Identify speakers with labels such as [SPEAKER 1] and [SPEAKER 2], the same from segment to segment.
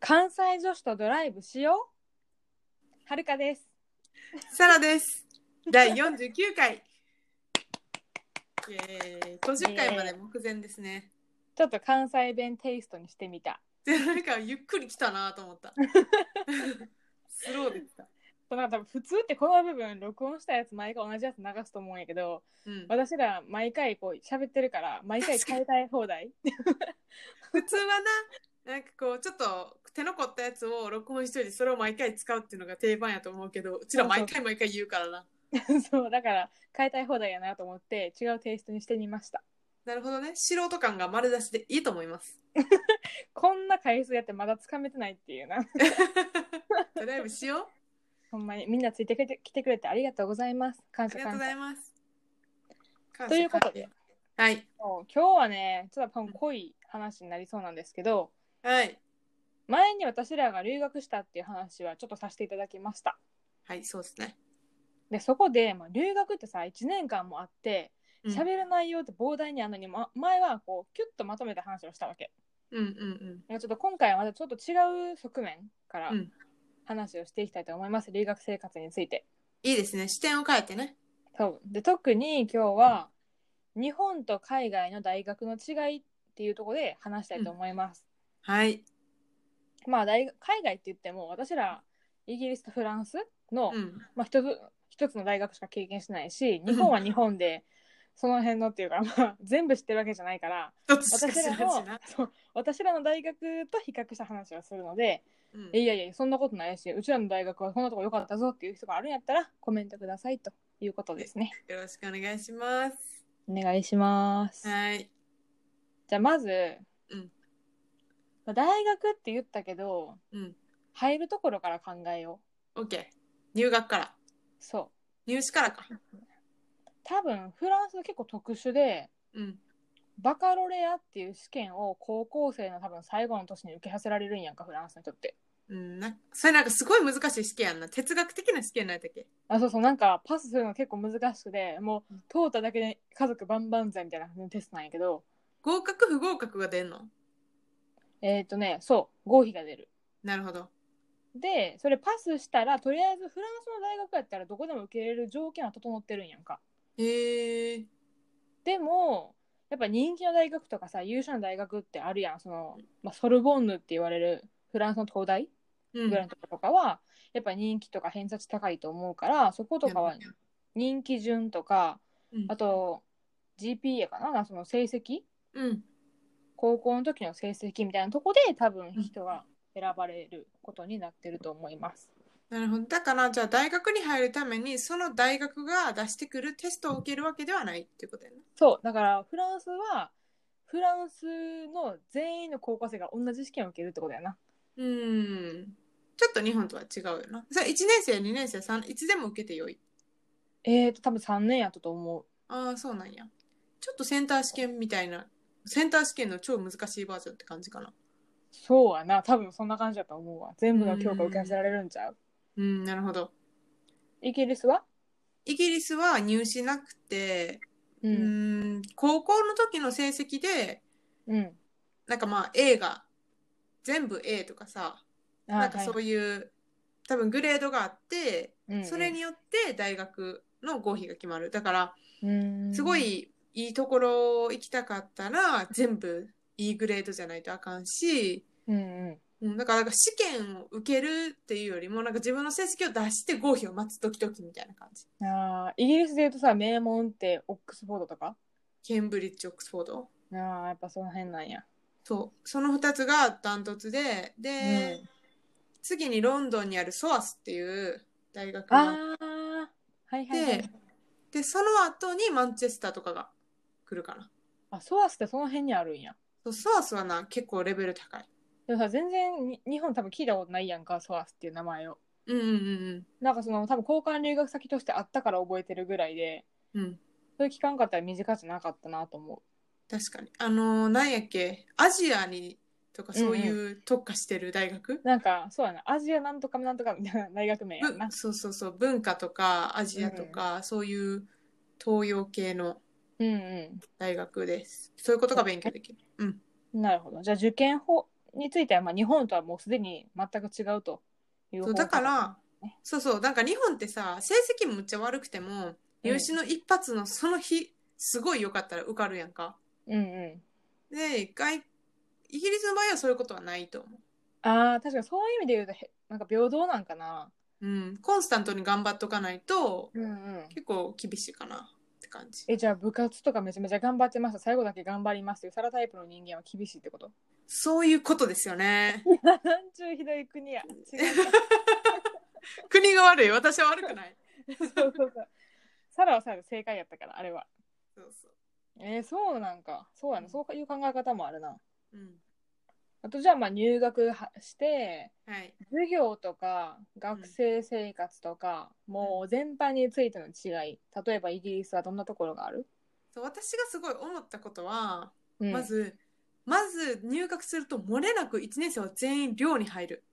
[SPEAKER 1] 関西女子とドライブしようはるかです
[SPEAKER 2] サラです。第49回。イエーイ50回まで目前ですね。
[SPEAKER 1] ちょっと関西弁テイストにしてみた
[SPEAKER 2] で、なんかゆっくり来たなと思った。スローで来た。
[SPEAKER 1] そうなんか多分普通ってこの部分録音したやつ毎回同じやつ流すと思うんやけど
[SPEAKER 2] うん、
[SPEAKER 1] 私ら毎回こう喋ってるから毎回変えたい放題
[SPEAKER 2] 普通はな、なんかこう、ちょっと手残ったやつを録音しといて、それを毎回使うっていうのが定番やと思うけど、うちら毎回毎回言うからな。
[SPEAKER 1] そうだから変えたい放題やなと思って違うテイストにしてみました
[SPEAKER 2] なるほどね。素人感が丸出しでいいと思 います。
[SPEAKER 1] こんな回数やってまだつかめてないっていうな
[SPEAKER 2] ドライブしよう。
[SPEAKER 1] ほんまにみんなついてきて来てくれてありがとうございます感
[SPEAKER 2] あ
[SPEAKER 1] 謝
[SPEAKER 2] りがと
[SPEAKER 1] 感
[SPEAKER 2] うござ
[SPEAKER 1] 謝
[SPEAKER 2] います。感謝
[SPEAKER 1] ということで。
[SPEAKER 2] はい。
[SPEAKER 1] そう今日はねちょっと多分濃い話になりそうなんですけど、
[SPEAKER 2] はい。
[SPEAKER 1] 前に私らが留学したっていう話はちょっとさせていただきました
[SPEAKER 2] はい、そうですね。
[SPEAKER 1] でそこで、まあ、留学ってさ1年間もあって
[SPEAKER 2] うん
[SPEAKER 1] 喋る内容って膨大にあるのに、ま、前はこうキュッとまとめた話をしたわけ
[SPEAKER 2] うんうん
[SPEAKER 1] ちょっと今回はまたちょっと違う側面から
[SPEAKER 2] うん
[SPEAKER 1] 話をしていきたいと思います、留学生活について
[SPEAKER 2] うん。いいですね。視点を変えてね。
[SPEAKER 1] そうで特に今日は日本と海外の大学の違いっていうところで話したいと思います、
[SPEAKER 2] はい。
[SPEAKER 1] まあ大学海外って言っても私らイギリスとフランスの、
[SPEAKER 2] うん。
[SPEAKER 1] まあ、一つ一つの大学しか経験してないし日本は日本でその辺のっていうか、まあ、全部知ってるわけじゃないから
[SPEAKER 2] 一つしか
[SPEAKER 1] 私
[SPEAKER 2] 知ら
[SPEAKER 1] ら
[SPEAKER 2] んし
[SPEAKER 1] の
[SPEAKER 2] な。
[SPEAKER 1] そう私らの大学と比較した話をするので、
[SPEAKER 2] うん
[SPEAKER 1] いやいやそんなことないしうちらの大学はこんなとこ良かったぞっていう人があるんやったらコメントくださいということですね。
[SPEAKER 2] よろしくお願いします。
[SPEAKER 1] お願いします。
[SPEAKER 2] はい。
[SPEAKER 1] じゃあまず、
[SPEAKER 2] うん
[SPEAKER 1] まあ大学って言ったけど
[SPEAKER 2] うん。
[SPEAKER 1] 入るところから考えよ
[SPEAKER 2] OK。入学から。
[SPEAKER 1] う。そう
[SPEAKER 2] 入試からか。
[SPEAKER 1] 多分フランスは結構特殊で
[SPEAKER 2] うん。
[SPEAKER 1] バカロレアっていう試験を高校生の多分最後の年に受けさせられるんやんかフランスの人って
[SPEAKER 2] うん、なそれなんかすごい難しい試験やんな。哲学的な試験なんやったっけ
[SPEAKER 1] あそうそうなんかパスするの結構難しくてもう通っただけで家族万々歳みたいな感じのテストなんやけど
[SPEAKER 2] 合格不合格が出んの
[SPEAKER 1] えっ、とねそう合否が出る
[SPEAKER 2] なるほど。
[SPEAKER 1] でそれパスしたらとりあえずフランスの大学やったらどこでも受け入れる条件は整ってるんやんか
[SPEAKER 2] へえ。
[SPEAKER 1] でもやっぱ人気の大学とかさ優秀な大学ってあるやんその、まあ、ソルボンヌって言われるフランスの東大
[SPEAKER 2] うん
[SPEAKER 1] ぐらいのとことかは、やっぱ人気とか偏差値高いと思うからそことかは人気順とか
[SPEAKER 2] うん
[SPEAKER 1] あと GPA かなその成績
[SPEAKER 2] うん。
[SPEAKER 1] 高校の時の成績みたいなとこで多分人が選ばれることになってると思います。
[SPEAKER 2] なるほど。だから、じゃあ大学に入るために、その大学が出してくるテストを受けるわけではないっていうことやな。
[SPEAKER 1] そうだからフランスはフランスの全員の高校生が同じ試験を受けるってことやな。
[SPEAKER 2] うん。ちょっと日本とは違うよな。それ1年生、2年生、3、いつでも受けてよい。
[SPEAKER 1] えーと多分3年やったと思う。
[SPEAKER 2] ああ、そうなんや。ちょっとセンター試験みたいな、センター試験の超難しいバージョンって感じかな。
[SPEAKER 1] そうやな多分そんな感じだと思うわ。全部の教科受けさせられるんちゃう
[SPEAKER 2] うん、なるほど。
[SPEAKER 1] イギリスは
[SPEAKER 2] イギリスは入試なくて、
[SPEAKER 1] う
[SPEAKER 2] う。ーん、高校の時の成績で、
[SPEAKER 1] うん。
[SPEAKER 2] なんかまあ A が、全部 A とかさ、
[SPEAKER 1] あ
[SPEAKER 2] なんか
[SPEAKER 1] はい
[SPEAKER 2] そういう、多分グレードがあって、
[SPEAKER 1] うんうん
[SPEAKER 2] それによって大学の合否が決まる。だから、
[SPEAKER 1] うん
[SPEAKER 2] すごいいいところ行きたかったら全部いいグレードじゃないとあかんし、
[SPEAKER 1] うんうん
[SPEAKER 2] うん、だからなんか試験を受けるっていうよりもなんか自分の成績を出して合否を待つドキドキみたいな感じ。
[SPEAKER 1] あーイギリスで言うとさ名門ってオックスフォードとか
[SPEAKER 2] ケンブリッジ、オックスフォード。
[SPEAKER 1] あーやっぱその辺なんや。
[SPEAKER 2] そう。その二つがダントツで、で、
[SPEAKER 1] うん
[SPEAKER 2] 次にロンドンにあるソアスっていう大学があっ
[SPEAKER 1] ああはいはい、は
[SPEAKER 2] て
[SPEAKER 1] い、。
[SPEAKER 2] で、その後にマンチェスターとかが来るかな。
[SPEAKER 1] あソアスってその辺にあるんや
[SPEAKER 2] そうソアスはな、結構レベル高い。
[SPEAKER 1] でもさ全然に日本多分聞いたことないやんかソアスっていう名前を
[SPEAKER 2] うんうんうん
[SPEAKER 1] なんかその多分交換留学先としてあったから覚えてるぐらいで
[SPEAKER 2] うん。うん。
[SPEAKER 1] そういう期間かったら短じゃなかったなと思
[SPEAKER 2] 確かに。あのー、なんやっけ、アジアにとかそう
[SPEAKER 1] う
[SPEAKER 2] いう特化してる大学、
[SPEAKER 1] うなんかそうやなアジアなんとかなんとかみたいな大学名やんな
[SPEAKER 2] ぶそうそうそう、文化とかアジアとか、そういう東洋系の
[SPEAKER 1] うんう
[SPEAKER 2] 大学です。そういうことが勉強できる。うん。
[SPEAKER 1] んなるほどじゃあ受験法については、まあ、日本とはもうすでに全く違うという
[SPEAKER 2] そうだから、そうそう、なんか日本ってさ、成績もめっちゃ悪くても、入試の一発のその日、すごい良かったら受かるやんか。
[SPEAKER 1] うんうん
[SPEAKER 2] で、外、イギリスの場合はそういうことはないと思
[SPEAKER 1] ああ確かにそういう意味で言うとへなんか平等なんかな
[SPEAKER 2] う。うん、コンスタントに頑張っとかないと、
[SPEAKER 1] うんうん
[SPEAKER 2] 結構厳しいかなって感じ。
[SPEAKER 1] えじゃあ部活とかめちゃめちゃ頑張ってます最後だけ頑張りますっていうサラタイプの人間は厳しいってこと
[SPEAKER 2] そういうことですよ ね。
[SPEAKER 1] なんちゅうひどい国や違
[SPEAKER 2] 国が悪い、私は悪くない。
[SPEAKER 1] うそうそうそうサラはサラで正解やったからあれは
[SPEAKER 2] そうそ
[SPEAKER 1] えー、そうなんかそうやなそういう考え方もあるな
[SPEAKER 2] う。うん。
[SPEAKER 1] あとじゃあまあ入学はして
[SPEAKER 2] はい。
[SPEAKER 1] 授業とか学生生活とか、もう全般についての違い例えばイギリスはどんなところがある、
[SPEAKER 2] そう私がすごい思ったことは、
[SPEAKER 1] うん
[SPEAKER 2] まず、まず入学すると漏れなく1年生は全員寮に入る。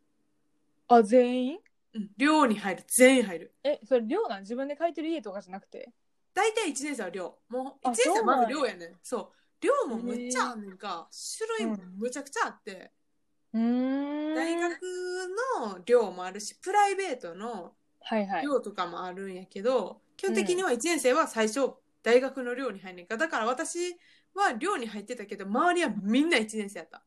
[SPEAKER 1] あ全員
[SPEAKER 2] うん、寮に入る。全員入る。
[SPEAKER 1] えそれ寮なん自分で借りてる家とかじゃなくて
[SPEAKER 2] 大体1年生は寮。もう
[SPEAKER 1] あ
[SPEAKER 2] 1年生はまず
[SPEAKER 1] そう
[SPEAKER 2] 寮やねん。そう。寮もむっちゃあんねんか、種類も
[SPEAKER 1] うん
[SPEAKER 2] むちゃくちゃあって、
[SPEAKER 1] うーん
[SPEAKER 2] 大学の寮もあるし、プライベートの
[SPEAKER 1] はいはい
[SPEAKER 2] 寮とかもあるんやけど、基本的には1年生は最初、大学の寮に入んねんか。だから私は寮に入ってたけど、周りはみんな1年生やった。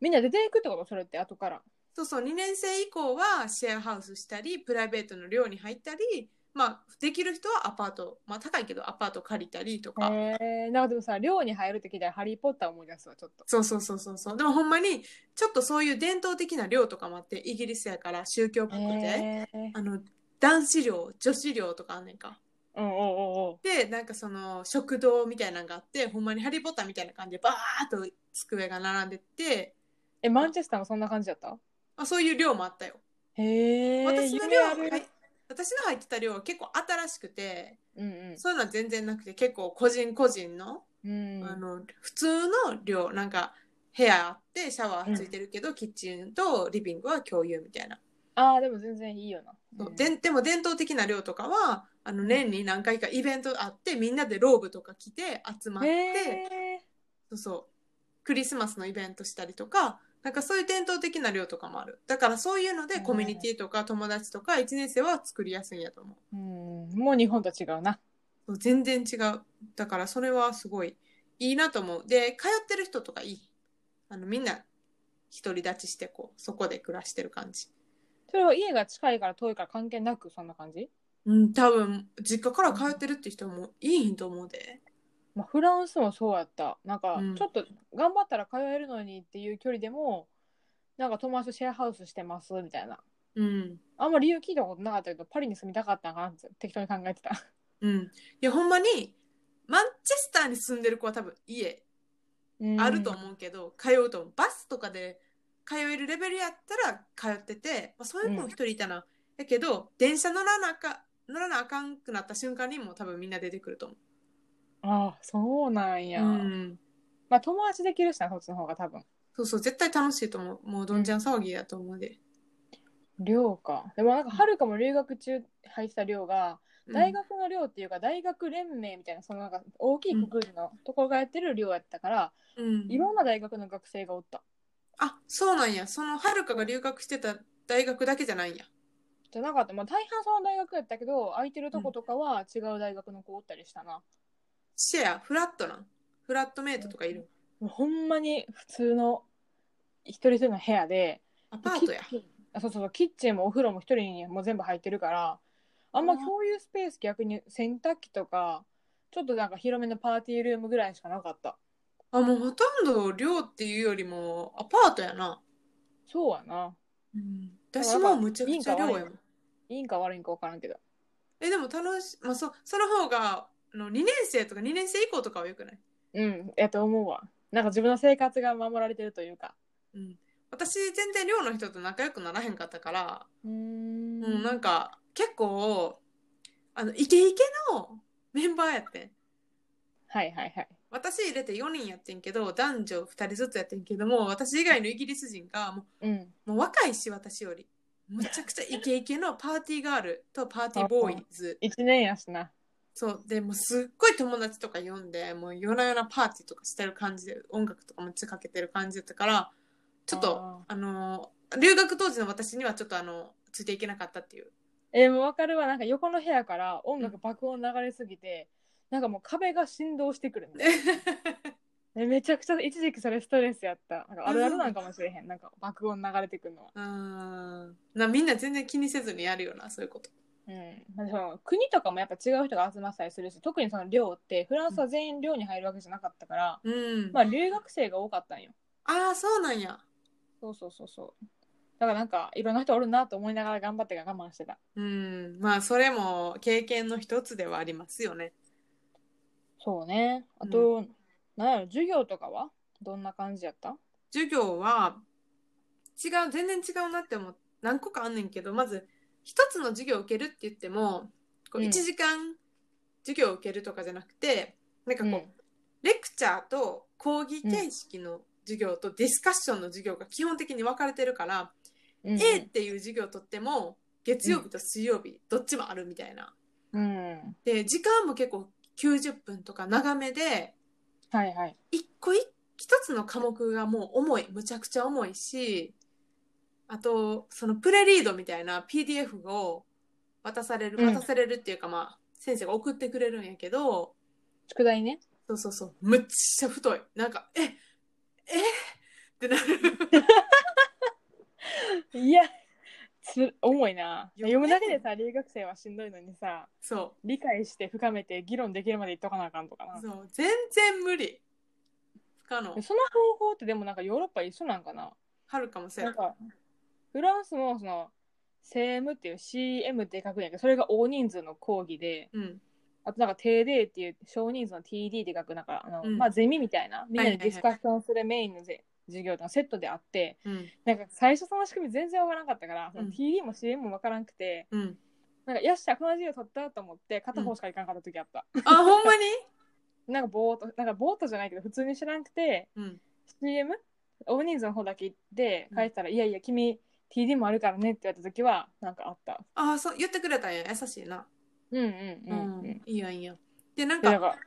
[SPEAKER 1] みんな出ていくってことそれって後から
[SPEAKER 2] そうそう、2年生以降はシェアハウスしたり、プライベートの寮に入ったり、まあ、できる人はアパート、まあ高いけどアパート借りたりとか。
[SPEAKER 1] えー、なんかでもさ寮に入るって聞いたら「ハリー・ポッター」思い出すわちょっと
[SPEAKER 2] そうそうそうそうそう。でもほんまに、ちょっとそういう伝統的な寮とかもあって、イギリスやから宗教っぽくて、
[SPEAKER 1] えー、
[SPEAKER 2] あの、男子寮、女子寮とかあんねんか。
[SPEAKER 1] うんおうおうおう
[SPEAKER 2] で、なんかその、食堂みたいなのがあって、ほんまにハリーポッターみたいな感じで、バーっと机が並んでって、
[SPEAKER 1] えマンチェスターもそんな感じだった
[SPEAKER 2] あ、そういう寮もあったよ。
[SPEAKER 1] へえ
[SPEAKER 2] 私の
[SPEAKER 1] 夢
[SPEAKER 2] 寮、
[SPEAKER 1] ある
[SPEAKER 2] はい、私の入ってた寮は結構新しくて、
[SPEAKER 1] うんうん
[SPEAKER 2] そういうのは全然なくて結構個人個人の,、
[SPEAKER 1] うん
[SPEAKER 2] あの普通の寮なんか部屋あってシャワーついてるけど、キッチンとリビングは共有みたいな、
[SPEAKER 1] あーでも全然いいよな、うん
[SPEAKER 2] ででも伝統的な寮とかはあの年に何回かイベントあってみんなでローブとか着て集まって、
[SPEAKER 1] へ
[SPEAKER 2] そうそうクリスマスのイベントしたりとかなんかそういう伝統的な寮とかもあるだからそういうのでコミュニティとか友達とか1年生は作りやすいんやと思う。
[SPEAKER 1] ーうんもう日本と違うな
[SPEAKER 2] そう全然違う。だからそれはすごいいいなと思う。で、通ってる人とかいい。あの、みんな独り立ちしてこう、そこで暮らしてる感じ。
[SPEAKER 1] それは家が近いから遠いから関係なくそんな感じ、
[SPEAKER 2] うん、多分、実家から通ってるって人もいいひんと思うで。
[SPEAKER 1] まあ、フランスもそうやったなんか
[SPEAKER 2] うん
[SPEAKER 1] ちょっと頑張ったら通えるのにっていう距離でもなんか友達とシェアハウスしてますみたいな
[SPEAKER 2] うん。
[SPEAKER 1] あんま理由聞いたことなかったけどパリに住みたかったんかなって適当に考えてた
[SPEAKER 2] うん。いや、ほんまに、マンチェスターに住んでる子は多分家 あると
[SPEAKER 1] う
[SPEAKER 2] 思うけど、通うと思う。バスとかで通えるレベルやったら通ってて、まあ、そういう子も一人いたな。やけど、電車乗らなあか、乗らなあかんくなった瞬間にもう多分みんな出てくると思う。
[SPEAKER 1] ああそうなんや、
[SPEAKER 2] うん。
[SPEAKER 1] まあ友達できるしなそっちの方が多分
[SPEAKER 2] そうそう、絶対楽しいと思う。もうどんちゃん騒ぎだと思うで。
[SPEAKER 1] 寮かでもなんかはるかも留学中入ってた寮が
[SPEAKER 2] うん
[SPEAKER 1] 大学の寮っていうか大学連盟みたいなそのなんか大きい国りのところがやってる寮やったから、
[SPEAKER 2] うん
[SPEAKER 1] いろんな大学の学生がおった
[SPEAKER 2] あ、そうなんや。その、はるかが留学してた大学だけじゃないんや。
[SPEAKER 1] じゃなかった、まあ、大半その大学やったけど空いてるとことかは違う大学の子おったりしたな、
[SPEAKER 2] シェア、フラットなん。フラットメイトとかいる。
[SPEAKER 1] もうほんまに普通の一人一人の部屋で
[SPEAKER 2] ア
[SPEAKER 1] で
[SPEAKER 2] パートや。
[SPEAKER 1] キッチンあそうそうそうキッチンもお風呂も一人にもう全部入ってるからあんま共有スペース逆に洗濯機とかちょっとなんか広めのパーティールームぐらいしかなかった
[SPEAKER 2] あ、もうほとんど寮っていうよりも、アパートやな。
[SPEAKER 1] そうやな
[SPEAKER 2] うん。私もむちゃくちゃ寮
[SPEAKER 1] いいんか悪いん
[SPEAKER 2] やもん。
[SPEAKER 1] いいんか悪いんか分からんけど
[SPEAKER 2] え、でも楽し、まあ、そ、その方が、あの、2年生とか2年生以降とかはよくない
[SPEAKER 1] うん、やと思うわ。なんか自分の生活が守られてるというか。
[SPEAKER 2] うん。私、全然寮の人と仲良くならへんかったから、
[SPEAKER 1] うん
[SPEAKER 2] もうなん
[SPEAKER 1] か、
[SPEAKER 2] か結構あのイケイケのメンバーやってん
[SPEAKER 1] はいはいはい。
[SPEAKER 2] 私入れて4人やってんけど男女2人ずつやってんけども私以外のイギリス人がも
[SPEAKER 1] うん。
[SPEAKER 2] うもう若いし私よりむちゃくちゃイケイケのパーティーガールとパーティーボーイズ
[SPEAKER 1] 一年やしな。
[SPEAKER 2] そう。で、もうすっごい友達とか呼んで、もう夜な夜なパーティーとかしてる感じで、音楽とかめっちゃかけてる感じだったから、ちょっと、
[SPEAKER 1] あ
[SPEAKER 2] あのー、留学当時の私にはちょっとあの、ついていけなかったっていう。
[SPEAKER 1] ーえー、もう分かるわなんか横の部屋から音楽爆音流れすぎて、なんかもう壁が振動してくるね えめちゃくちゃ一時期それストレスやったなんかあるあるなんかもしれへんなんか爆音流れてくるのは、
[SPEAKER 2] うん。なみんな全然気にせずにやるよな、そういうこと。
[SPEAKER 1] うんまあ、でも国とかもやっぱ違う人が集まったりするし特にその寮ってフランスは全員寮に入るわけじゃなかったから、
[SPEAKER 2] うん。
[SPEAKER 1] まあ留学生が多かったんよ
[SPEAKER 2] ああ、そうなんや。
[SPEAKER 1] そうそうそうそうだからなんかいろんな人おるなと思いながら頑張ってが我慢してた
[SPEAKER 2] うん。まあ、それも経験の一つではありますよね。
[SPEAKER 1] そうねあと、なんやろ授業とかはどんな感じやった
[SPEAKER 2] 授業は違う全然違うなって思う何個かあんねんけどまず一つの授業を受けるって言ってもこう
[SPEAKER 1] うん
[SPEAKER 2] 1時間授業を受けるとかじゃなくて、なんかこう、レクチャーと講義形式の授業とディスカッションの授業が基本的に分かれてるから、
[SPEAKER 1] うん
[SPEAKER 2] A っていう授業を取っても月曜日と水曜日どっちもあるみたいな。
[SPEAKER 1] うん
[SPEAKER 2] で時間も結構90分とか長めで
[SPEAKER 1] はいはい
[SPEAKER 2] 一個一一つの科目がもう重いむちゃくちゃ重いしあとそのプレリードみたいな PDF を渡される
[SPEAKER 1] うん
[SPEAKER 2] 渡されるっていうか、まあ先生が送ってくれるんやけど
[SPEAKER 1] 宿題ね
[SPEAKER 2] そうそうそうむっちゃ太いなんかええってな る
[SPEAKER 1] いやつ重いな
[SPEAKER 2] 読
[SPEAKER 1] 読
[SPEAKER 2] め
[SPEAKER 1] むだけでさ留学生はしんどいのにさ
[SPEAKER 2] そ
[SPEAKER 1] 理解して深めて議論できるまでいっとかなあかんとかな
[SPEAKER 2] うそう全然無理不可能
[SPEAKER 1] その方法ってでもなんかヨーロッパ一緒なんかな
[SPEAKER 2] はるかもせ
[SPEAKER 1] なんかフランスもその CM っていう CM って書くんやけどそれが大人数の講義で
[SPEAKER 2] うん
[SPEAKER 1] あとなんか TD っていう少人数の TD って書くなんかあの、
[SPEAKER 2] うん
[SPEAKER 1] まあゼミみたいなみんなで
[SPEAKER 2] はいはいはい
[SPEAKER 1] ディスカッションするメインのぜ授業とかセットであって
[SPEAKER 2] うん
[SPEAKER 1] なんか最初その仕組み全然わからんかったから、
[SPEAKER 2] うん
[SPEAKER 1] TD も CM もわからんくて
[SPEAKER 2] うん
[SPEAKER 1] なんかよっしゃこの授業取ったと思って片方しかいかんかった時あった、
[SPEAKER 2] あほんまに
[SPEAKER 1] なんかぼーっとなんかぼーっとじゃないけど普通に知らんくて
[SPEAKER 2] うん
[SPEAKER 1] CM 大人数の方だけ行って返したら「いやいや君 TD もあるからね」って言われた時はなんかあった
[SPEAKER 2] あそう言ってくれたんや優しいな
[SPEAKER 1] うんうん
[SPEAKER 2] う、
[SPEAKER 1] うん、うんん、
[SPEAKER 2] いいやんいいやんでなん
[SPEAKER 1] でな
[SPEAKER 2] か
[SPEAKER 1] んか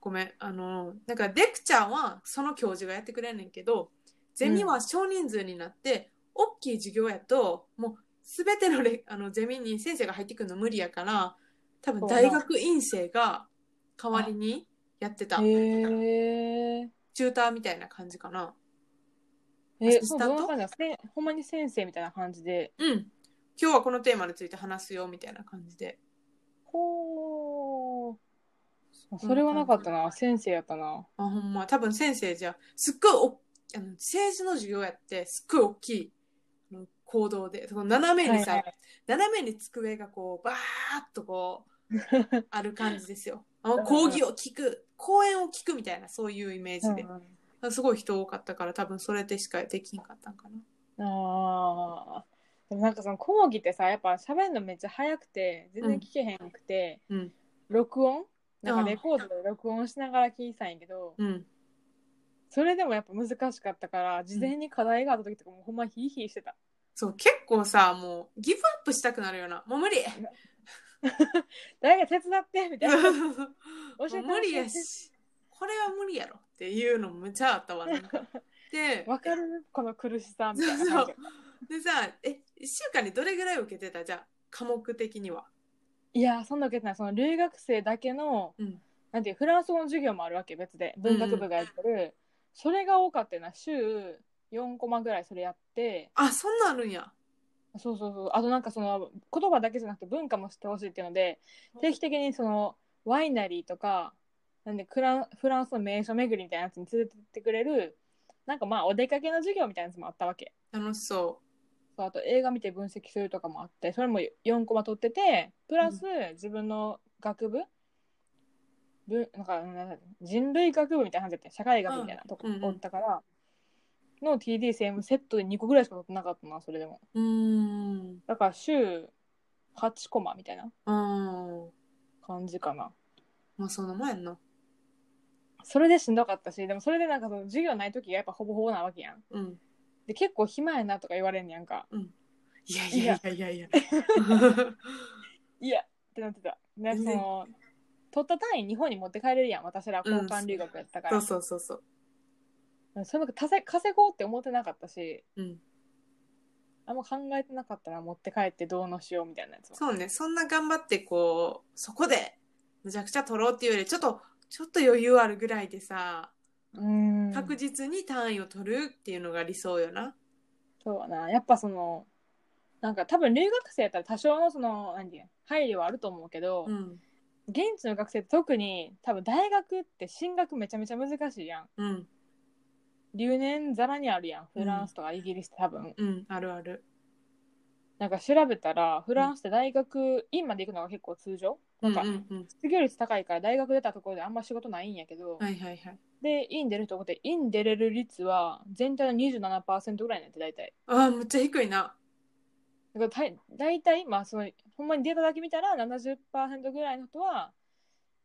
[SPEAKER 2] ごめんあのなんかレクチャーはその教授がやってくれんねんけどゼミは少人数になって、大きい授業やともう全てのレあのゼミに先生が入ってくるの無理やから多分
[SPEAKER 1] そう
[SPEAKER 2] 大
[SPEAKER 1] な
[SPEAKER 2] 学院生が代わりにやってた
[SPEAKER 1] へえ
[SPEAKER 2] チューターみたいな感じかな
[SPEAKER 1] え
[SPEAKER 2] アシ
[SPEAKER 1] そ
[SPEAKER 2] ス
[SPEAKER 1] う
[SPEAKER 2] タン
[SPEAKER 1] ど
[SPEAKER 2] ト
[SPEAKER 1] んな感じなんせんほんまに先生みたいな感じで
[SPEAKER 2] うん今日はこのテーマについて話すよみたいな感じで
[SPEAKER 1] ほうそれはなかったな先生やったな
[SPEAKER 2] あほんま多分先生じゃすっごいおあの政治の授業やってすっごい大きいあの行動でその斜めにさ、
[SPEAKER 1] はいは
[SPEAKER 2] 斜めに机がこうバーッとこ うある感じですよあの講義を聞く講演を聞くみたいなそういうイメージで、すごい人多かったから多分それでしかできんかったんかな
[SPEAKER 1] あーでもなんかその講義ってさやっぱ喋るのめっちゃ早くて全然聞けへんくて、
[SPEAKER 2] うん
[SPEAKER 1] 録音なん
[SPEAKER 2] あー
[SPEAKER 1] かレコードで録音しながら聞いてたんやけど、
[SPEAKER 2] うん
[SPEAKER 1] それでもやっぱ難しかったから事前に課題があった時とかもうほんまヒーヒーしてた、
[SPEAKER 2] そう結構さもうギブアップしたくなるよなもう無 理
[SPEAKER 1] 誰か手伝ってみたいな
[SPEAKER 2] もう無理やしこれは無理やろっていうのむちゃあったわなん かで
[SPEAKER 1] わかるこの苦しさみたいな感じ
[SPEAKER 2] でさえ1週間にどれぐらい受けてたじゃあ科目的にはい
[SPEAKER 1] やそんな受けてないその留学生だけの、
[SPEAKER 2] うん
[SPEAKER 1] なんていうフランス語の授業もあるわけ別で文学部がやってる、それが多かったよな週4コマぐらいそれやって
[SPEAKER 2] あそんなんあるんや
[SPEAKER 1] そうそうそうあとなんかその言葉だけじゃなくて文化も知ってほしいっていうので定期的にそのワイナリーとかなんでクランフランスの名所巡りみたいなやつに連れてってくれるなんかまあお出かけの授業みたいなやつもあったわけ
[SPEAKER 2] 楽しそ
[SPEAKER 1] そうあと映画見て分析するとかもあってそれも4コマ取っててプラス自分の学部、文なんかなんだ人類学部みたいな感じだったよ社会学みたいなとこ
[SPEAKER 2] うんうん
[SPEAKER 1] おったから、の TDCM セットで2個ぐらいしか取ってなかったなそれでも
[SPEAKER 2] ううーん
[SPEAKER 1] だから週8コマみたいな
[SPEAKER 2] うん
[SPEAKER 1] 感じかな
[SPEAKER 2] まあその前やんな
[SPEAKER 1] それでしんどかったしでもそれでなんかその授業ない時がやっぱほぼほぼなわけやん
[SPEAKER 2] うん
[SPEAKER 1] で結構暇やなとか言われんねやんか
[SPEAKER 2] いやいやいやいやいや
[SPEAKER 1] いやってなってたで
[SPEAKER 2] 全
[SPEAKER 1] そ
[SPEAKER 2] 然
[SPEAKER 1] の取った単位日本に持って帰れるやん私ら交換留学やったから、
[SPEAKER 2] そうそうそうそう。
[SPEAKER 1] それなんか稼稼ごうって思ってなかったし
[SPEAKER 2] うん。
[SPEAKER 1] あんま考えてなかったら持って帰ってどうのしようみたいなやつも
[SPEAKER 2] そうね。そんな頑張ってこう、そこで、むちゃくちゃ取ろうっていうより、ちょっと、ちょっと余裕あるぐらいでさ、
[SPEAKER 1] うん
[SPEAKER 2] 確実に単位を取るっていうのが理想よな。
[SPEAKER 1] そうやなやっぱそのなんか多分留学生やったら多少のその何て言うの配慮はあると思うけど、
[SPEAKER 2] うん。
[SPEAKER 1] 現地の学生って特に多分大学って進学めちゃめちゃ難しいやん
[SPEAKER 2] うん。
[SPEAKER 1] 留年ざらにあるやん
[SPEAKER 2] うん
[SPEAKER 1] フランスとかイギリスって多分、
[SPEAKER 2] うん。あるある。
[SPEAKER 1] なんか調べたらフランスって大学院まで行くのが結構通常なんか
[SPEAKER 2] うんうんうん。
[SPEAKER 1] 失業率高いから大学出たところであんま仕事ないんやけど、
[SPEAKER 2] はいはいはい。
[SPEAKER 1] で院出る人って院出れる率は全体の27%ぐらいなんやって大体
[SPEAKER 2] ああ、むっちゃ低いな。
[SPEAKER 1] だから大大体まあそのほんまにデータだけ見たら70%ぐらいの人は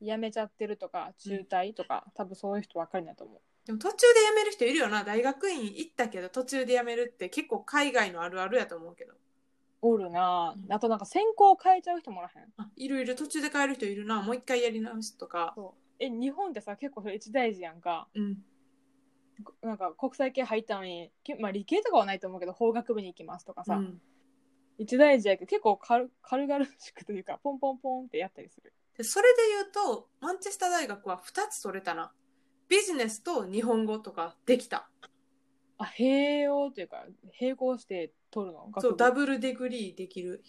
[SPEAKER 1] 辞めちゃってるとか中退とか、多分そういう人ばっかりだと思
[SPEAKER 2] でも途中で辞める人いるよな。大学院行ったけど途中で辞めるって結構海外のあるあるやと思うけど。
[SPEAKER 1] うおるな
[SPEAKER 2] うん
[SPEAKER 1] ああとなんか専攻を変えちゃう人もおらへん
[SPEAKER 2] あ、いるいる。途中で帰る人いるな。もう一回やり直すとか。
[SPEAKER 1] え日本ってさ結構それ一大事やんか
[SPEAKER 2] うん。
[SPEAKER 1] こなんか国際系入ったのに、きまあ、理系とかはないと思うけど法学部に行きますとか
[SPEAKER 2] う
[SPEAKER 1] さ、
[SPEAKER 2] ん。
[SPEAKER 1] 一大事やけど結構軽軽々しくというかポンポンポンってやったりする
[SPEAKER 2] で、それで言うと、マンチェスター大学は2つ取れたな。ビジネスと日本語とかできた。
[SPEAKER 1] あ併用というか並行して取るの
[SPEAKER 2] そう、
[SPEAKER 1] 学
[SPEAKER 2] ダブルディグリーできる。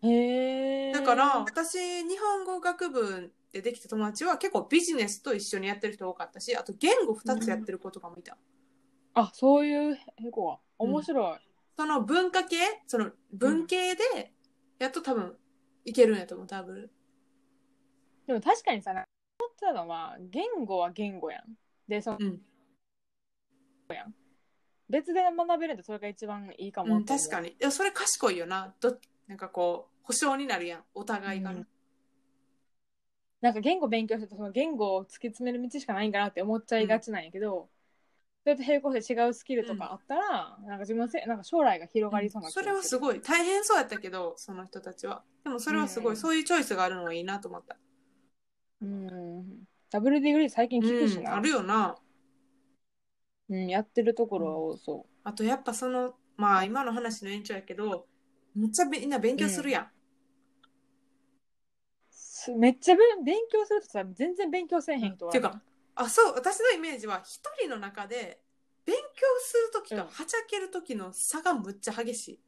[SPEAKER 1] 部へえ
[SPEAKER 2] だから、私、日本語学部でできた友達は結構ビジネスと一緒にやってる人多かったし、あと言語2つやってる子とかもいた。
[SPEAKER 1] あそういう並行は面白い、
[SPEAKER 2] その文化系、その文系で、やっと多分、いけるんやと思う、ダブル。
[SPEAKER 1] でも確かにさ思ってたのは言語は言語やんでその
[SPEAKER 2] うん。
[SPEAKER 1] 別で学べるんでそれが一番いいかも、
[SPEAKER 2] うん、確か
[SPEAKER 1] に
[SPEAKER 2] に。いや、それ賢いよな。ど、なんかこう、保証になるやん。お互いが。
[SPEAKER 1] うんなんか言語勉強してるとその言語を突き詰める道しかないんかなって思っちゃいがちなんやけど、それと並行して違うスキルとかあったら、なんか自分のせなんか将来が広がりそうな気が
[SPEAKER 2] それはす
[SPEAKER 1] い
[SPEAKER 2] ごい大変そうやったけどその人たちはでもそれはすご
[SPEAKER 1] う
[SPEAKER 2] い、
[SPEAKER 1] ん
[SPEAKER 2] そういうチョイスがあるのはいいなと思った、
[SPEAKER 1] うんダブルディグリー最近聞くし
[SPEAKER 2] うん、
[SPEAKER 1] な、
[SPEAKER 2] あ
[SPEAKER 1] うん
[SPEAKER 2] るよな
[SPEAKER 1] やってるところは多そう、
[SPEAKER 2] あとやっぱそのまあ今の話の延長やけどめっちゃみんな勉強するやん、
[SPEAKER 1] すめっちゃべん勉強するとさ全然勉強せえへん人
[SPEAKER 2] っ
[SPEAKER 1] は
[SPEAKER 2] ていうかあそう私のイメージは一人の中で勉強する時と
[SPEAKER 1] うん
[SPEAKER 2] はちゃける時の差がむっちゃ激しいっ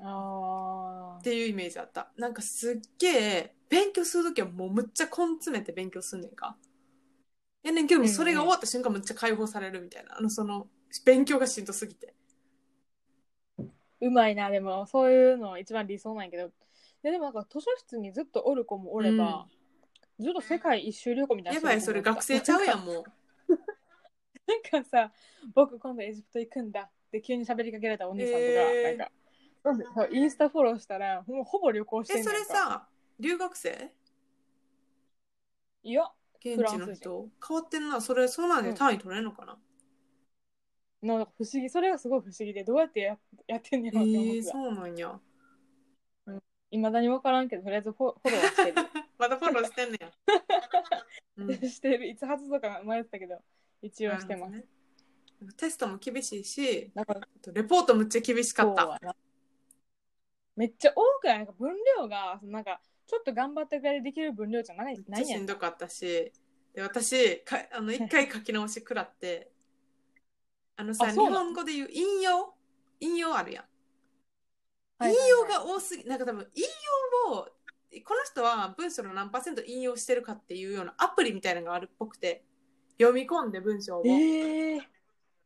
[SPEAKER 1] あー
[SPEAKER 2] ていうイメージあったなんかすっげえ勉強する時はもうむっちゃ根詰めて勉強すんねんかやねんけどもそれが終わった瞬間むっちゃ解放されるみたいなあのその勉強がしんどすぎて
[SPEAKER 1] うまいなでもそういうの一番理想なんやけどいやでもなんか図書室にずっとおる子もおれば、ずっと世界一周旅行みたいな人
[SPEAKER 2] や
[SPEAKER 1] も
[SPEAKER 2] ば
[SPEAKER 1] おる
[SPEAKER 2] い、それ学生ちゃうやん、 もう。
[SPEAKER 1] なんかさ僕今度エジプト行くんだって急に喋りかけられたお兄さんとか,、
[SPEAKER 2] えー
[SPEAKER 1] なんかそうインスタフォローしたらもうほぼ旅行して
[SPEAKER 2] え、
[SPEAKER 1] んね
[SPEAKER 2] そ
[SPEAKER 1] んか
[SPEAKER 2] れさ、留学生
[SPEAKER 1] いや
[SPEAKER 2] 現
[SPEAKER 1] フラ
[SPEAKER 2] 地
[SPEAKER 1] ンス
[SPEAKER 2] の人
[SPEAKER 1] 人
[SPEAKER 2] 変わってんな。それ、そうなんで
[SPEAKER 1] うん
[SPEAKER 2] 単位取れんのかな、
[SPEAKER 1] なんか不思議それがすごい不思議でどうやってややってんねやろうって
[SPEAKER 2] え
[SPEAKER 1] 思
[SPEAKER 2] ー
[SPEAKER 1] ってた
[SPEAKER 2] そうなんや。
[SPEAKER 1] いまだに分からんけどとりあえずフォフォローはしてる
[SPEAKER 2] またフォローしてんね や。うん
[SPEAKER 1] してるいつ発とか迷ってたけど一応はしてます、
[SPEAKER 2] なるほどねテストも厳しいし、
[SPEAKER 1] だから
[SPEAKER 2] あとレポートむっちゃ厳しかっ
[SPEAKER 1] そう
[SPEAKER 2] た。
[SPEAKER 1] やなめっちゃ多くないなんか分量がなんかちょっと頑張ったぐらいでできる分量じゃない
[SPEAKER 2] めっ
[SPEAKER 1] ない
[SPEAKER 2] ちゃ
[SPEAKER 1] や
[SPEAKER 2] しん
[SPEAKER 1] ん
[SPEAKER 2] どかったし、で私、かあの、一回書き直し食らって、あのさ、
[SPEAKER 1] あ
[SPEAKER 2] 日
[SPEAKER 1] そうなの
[SPEAKER 2] 本語で言う引用引用あるやん。
[SPEAKER 1] はいはい
[SPEAKER 2] 引用
[SPEAKER 1] はい
[SPEAKER 2] が多すぎなんか多分引用をこの人は文章の何パーセント引用してるかっていうようなアプリみたいなのがあるっぽくて読み込んで文章を、
[SPEAKER 1] ええ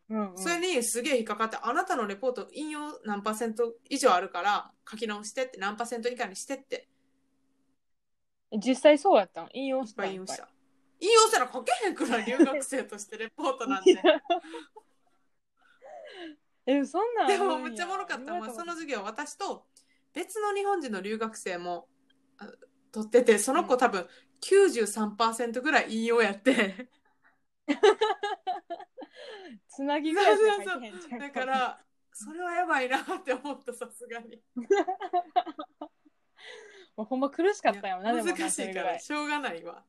[SPEAKER 1] うんうん、
[SPEAKER 2] それにすげえ引っかかってあなたのレポート引用何パーセント以上あるから書き直してって何パーセント以下にしてって
[SPEAKER 1] 実際そうやったの引用
[SPEAKER 2] いっ
[SPEAKER 1] し
[SPEAKER 2] ぱ
[SPEAKER 1] た
[SPEAKER 2] い引用した引用したら書けへんくらい留学生としてレポートなん て
[SPEAKER 1] えそんなん
[SPEAKER 2] で
[SPEAKER 1] あ
[SPEAKER 2] も
[SPEAKER 1] るんや
[SPEAKER 2] めっちゃおもろかった、まあ、その授業私と別の日本人の留学生もあ取っててその子多分93%ぐらい引用やって。
[SPEAKER 1] つなぎぐらいしか書いてへんじゃん
[SPEAKER 2] だから、それはやばいなって思った、さすがに。
[SPEAKER 1] もうほんま苦しかったよな、でもな
[SPEAKER 2] 難し
[SPEAKER 1] それ
[SPEAKER 2] い
[SPEAKER 1] ぐ
[SPEAKER 2] からら
[SPEAKER 1] い。
[SPEAKER 2] しょうがないわ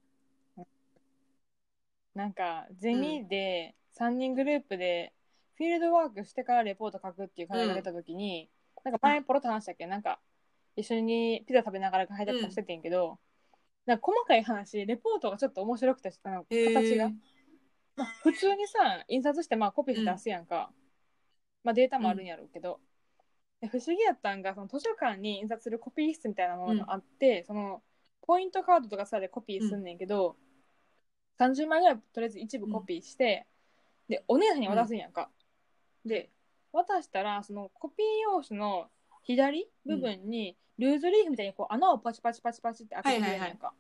[SPEAKER 1] なんか、ゼミで3人グループで、フィールドワークしてからレポート書くっていう課題が出たときに、なんか前ポロッと話したっけなんか、一緒にピザ食べながら配達とかしててんけど、なんか細かい話、レポートがちょっと面白くて、あの
[SPEAKER 2] へー
[SPEAKER 1] 形が。まあ、普通にさ印刷してまあコピーして出すやんか、まあデータもあるんやろうけど、で不思議やったんがその図書館に印刷するコピー室みたいなものがあって、そのポイントカードとかさでコピーすんねんけど、30枚ぐらいとりあえず一部コピーして、でお姉さんに渡すんやんか、で渡したらそのコピー用紙の左部分にルーズリーフみたいにこう穴をパチパチパチパチって開けてくれるやんか、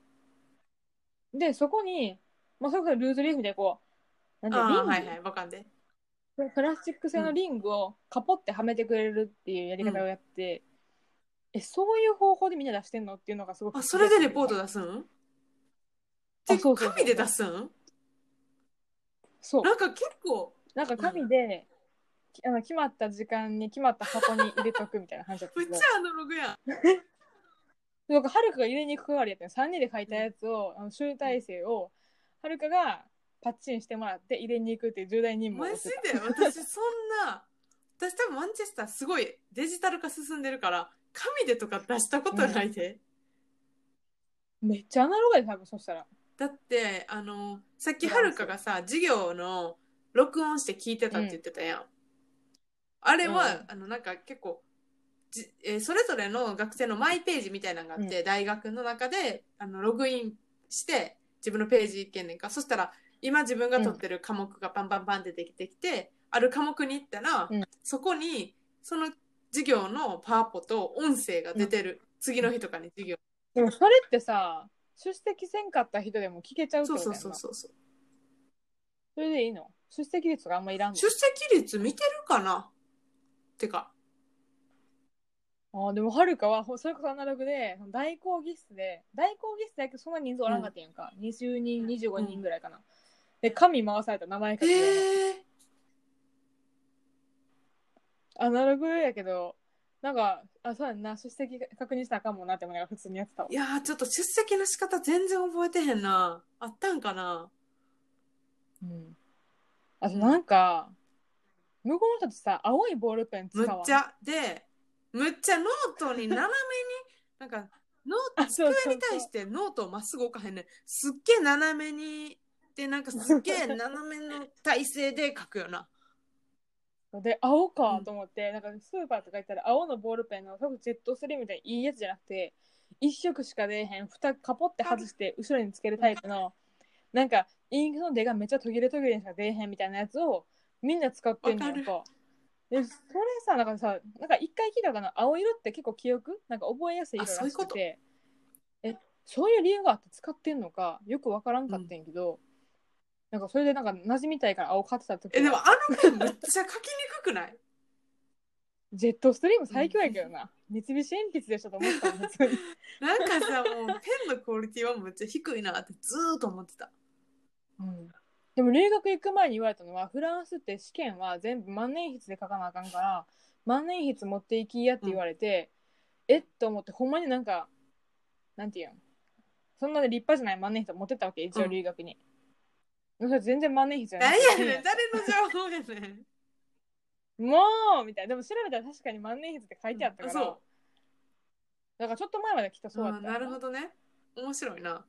[SPEAKER 1] でそこに、まあ、それこそルーズリーフみたいにこうな
[SPEAKER 2] あ
[SPEAKER 1] んていう
[SPEAKER 2] あ
[SPEAKER 1] リング、
[SPEAKER 2] はいはいわかんで
[SPEAKER 1] プラスチック製のリングをカポってはめてくれるっていうやり方をやって、えそういう方法でみんな出してんのっていうのがすごく
[SPEAKER 2] あそれでレポート
[SPEAKER 1] だ
[SPEAKER 2] 出すん
[SPEAKER 1] あ
[SPEAKER 2] で
[SPEAKER 1] そうそうそう
[SPEAKER 2] 紙で出すん
[SPEAKER 1] そう
[SPEAKER 2] なんか結構
[SPEAKER 1] なんか紙で、きあの決まった時間に決まった箱に入れとくみたいな話だった
[SPEAKER 2] め
[SPEAKER 1] け
[SPEAKER 2] っち
[SPEAKER 1] ど
[SPEAKER 2] ゃアナログやん
[SPEAKER 1] なんかはるかが入れに行く代わりやったよ3人で書いたやつを、あの集大成をはるかがパッチンしてもらって入れに行くっていう重大任務
[SPEAKER 2] マ
[SPEAKER 1] を負っ
[SPEAKER 2] ジ
[SPEAKER 1] て
[SPEAKER 2] で
[SPEAKER 1] た
[SPEAKER 2] 私そんな私多分マンチェスターすごいデジタル化進んでるから紙でとか出したことないで、
[SPEAKER 1] めっちゃアナログで多分そしたら
[SPEAKER 2] だってあのさっき
[SPEAKER 1] いや
[SPEAKER 2] はるかがさ授業の録音して聞いてたって言ってたやん、あれは、
[SPEAKER 1] う
[SPEAKER 2] あのなんか結構じ、えーそれぞれの学生のマイページみたいなのがあって、大学の中であのログインして自分のページ行けんねんかそしたら今自分が取ってる科目がパンパンパンってできてきて、ある科目に行ったら、
[SPEAKER 1] うん
[SPEAKER 2] そこにその授業のパワポと音声が出てる、次の日とかに授業
[SPEAKER 1] でもそれってさ出席せんかった人でも聞けちゃうって
[SPEAKER 2] そ
[SPEAKER 1] こ
[SPEAKER 2] う
[SPEAKER 1] とやん
[SPEAKER 2] そ
[SPEAKER 1] な
[SPEAKER 2] うそうそうそう
[SPEAKER 1] それでいいの出席率があんまいらん
[SPEAKER 2] 出席率見てるかなてか
[SPEAKER 1] のあーでもはるかはほそれこそアナログでその大講義室で大講義室だけどそんな人数おらんかったやんか、20人25人ぐらいかな、で紙回された名前書
[SPEAKER 2] え
[SPEAKER 1] いて、
[SPEAKER 2] ー、
[SPEAKER 1] アナログやけどなんかあそうやんな出席確認したらあかんもんなって思いながら普通にやってたわ
[SPEAKER 2] いやーちょっと出席の仕方全然覚えてへんなあったんかな
[SPEAKER 1] うんあとなんか無言の人ってさ青いボールペン使
[SPEAKER 2] むっ
[SPEAKER 1] わん
[SPEAKER 2] ちゃでむっちゃノートに斜めに なんかノー
[SPEAKER 1] あ
[SPEAKER 2] ト
[SPEAKER 1] そうそうそう
[SPEAKER 2] 机に対してノートをまっすぐ置かへんねんすっげえ斜めにでなんかすっげえ斜めの体勢で書くよな
[SPEAKER 1] で青かと思って、なんかスーパーとか行ったら青のボールペンの多分ジェットスリーみたいないいやつじゃなくて一色しか出えへん蓋カポって外して後ろにつけるタイプのなんかインクの出がめっちゃ途切れ途切れにしか出えへんみたいなやつをみんな使ってんねやんか。でそれさなんかさなんか一回聞いたかな青色って結構記憶なんか覚えやすい色らしくて
[SPEAKER 2] あそうい
[SPEAKER 1] え
[SPEAKER 2] うこと
[SPEAKER 1] そういう理由があって使ってんのかよくわからんかったんやけど、なんかそれでなんか馴染みたいから青買ってた時は
[SPEAKER 2] えでも あのペンむっちゃ書きにくくない
[SPEAKER 1] ジェットストリーム最強やけどな。三菱鉛筆でしたと思ったもん、普通に
[SPEAKER 2] なんかさもうペンのクオリティはむっちゃ低いなってずーっと思って た
[SPEAKER 1] うんでも留学行く前に言われたのは、フランスって試験は全部万年筆で書かなあかんから、万年筆持っていきやって言われて、えっと思って、ほんまになんか、なんていうんそんなで立派じゃない万年筆持ってったわけ、一応留学に。それ全然万年筆じゃな
[SPEAKER 2] 何
[SPEAKER 1] い。
[SPEAKER 2] やねん誰の情報やねん
[SPEAKER 1] もうみたいな。でも調べたら確かに万年筆って書いてあったから、
[SPEAKER 2] あそう
[SPEAKER 1] だからちょっと前まできっとそうだった
[SPEAKER 2] あ
[SPEAKER 1] よ
[SPEAKER 2] なるほどね面白いな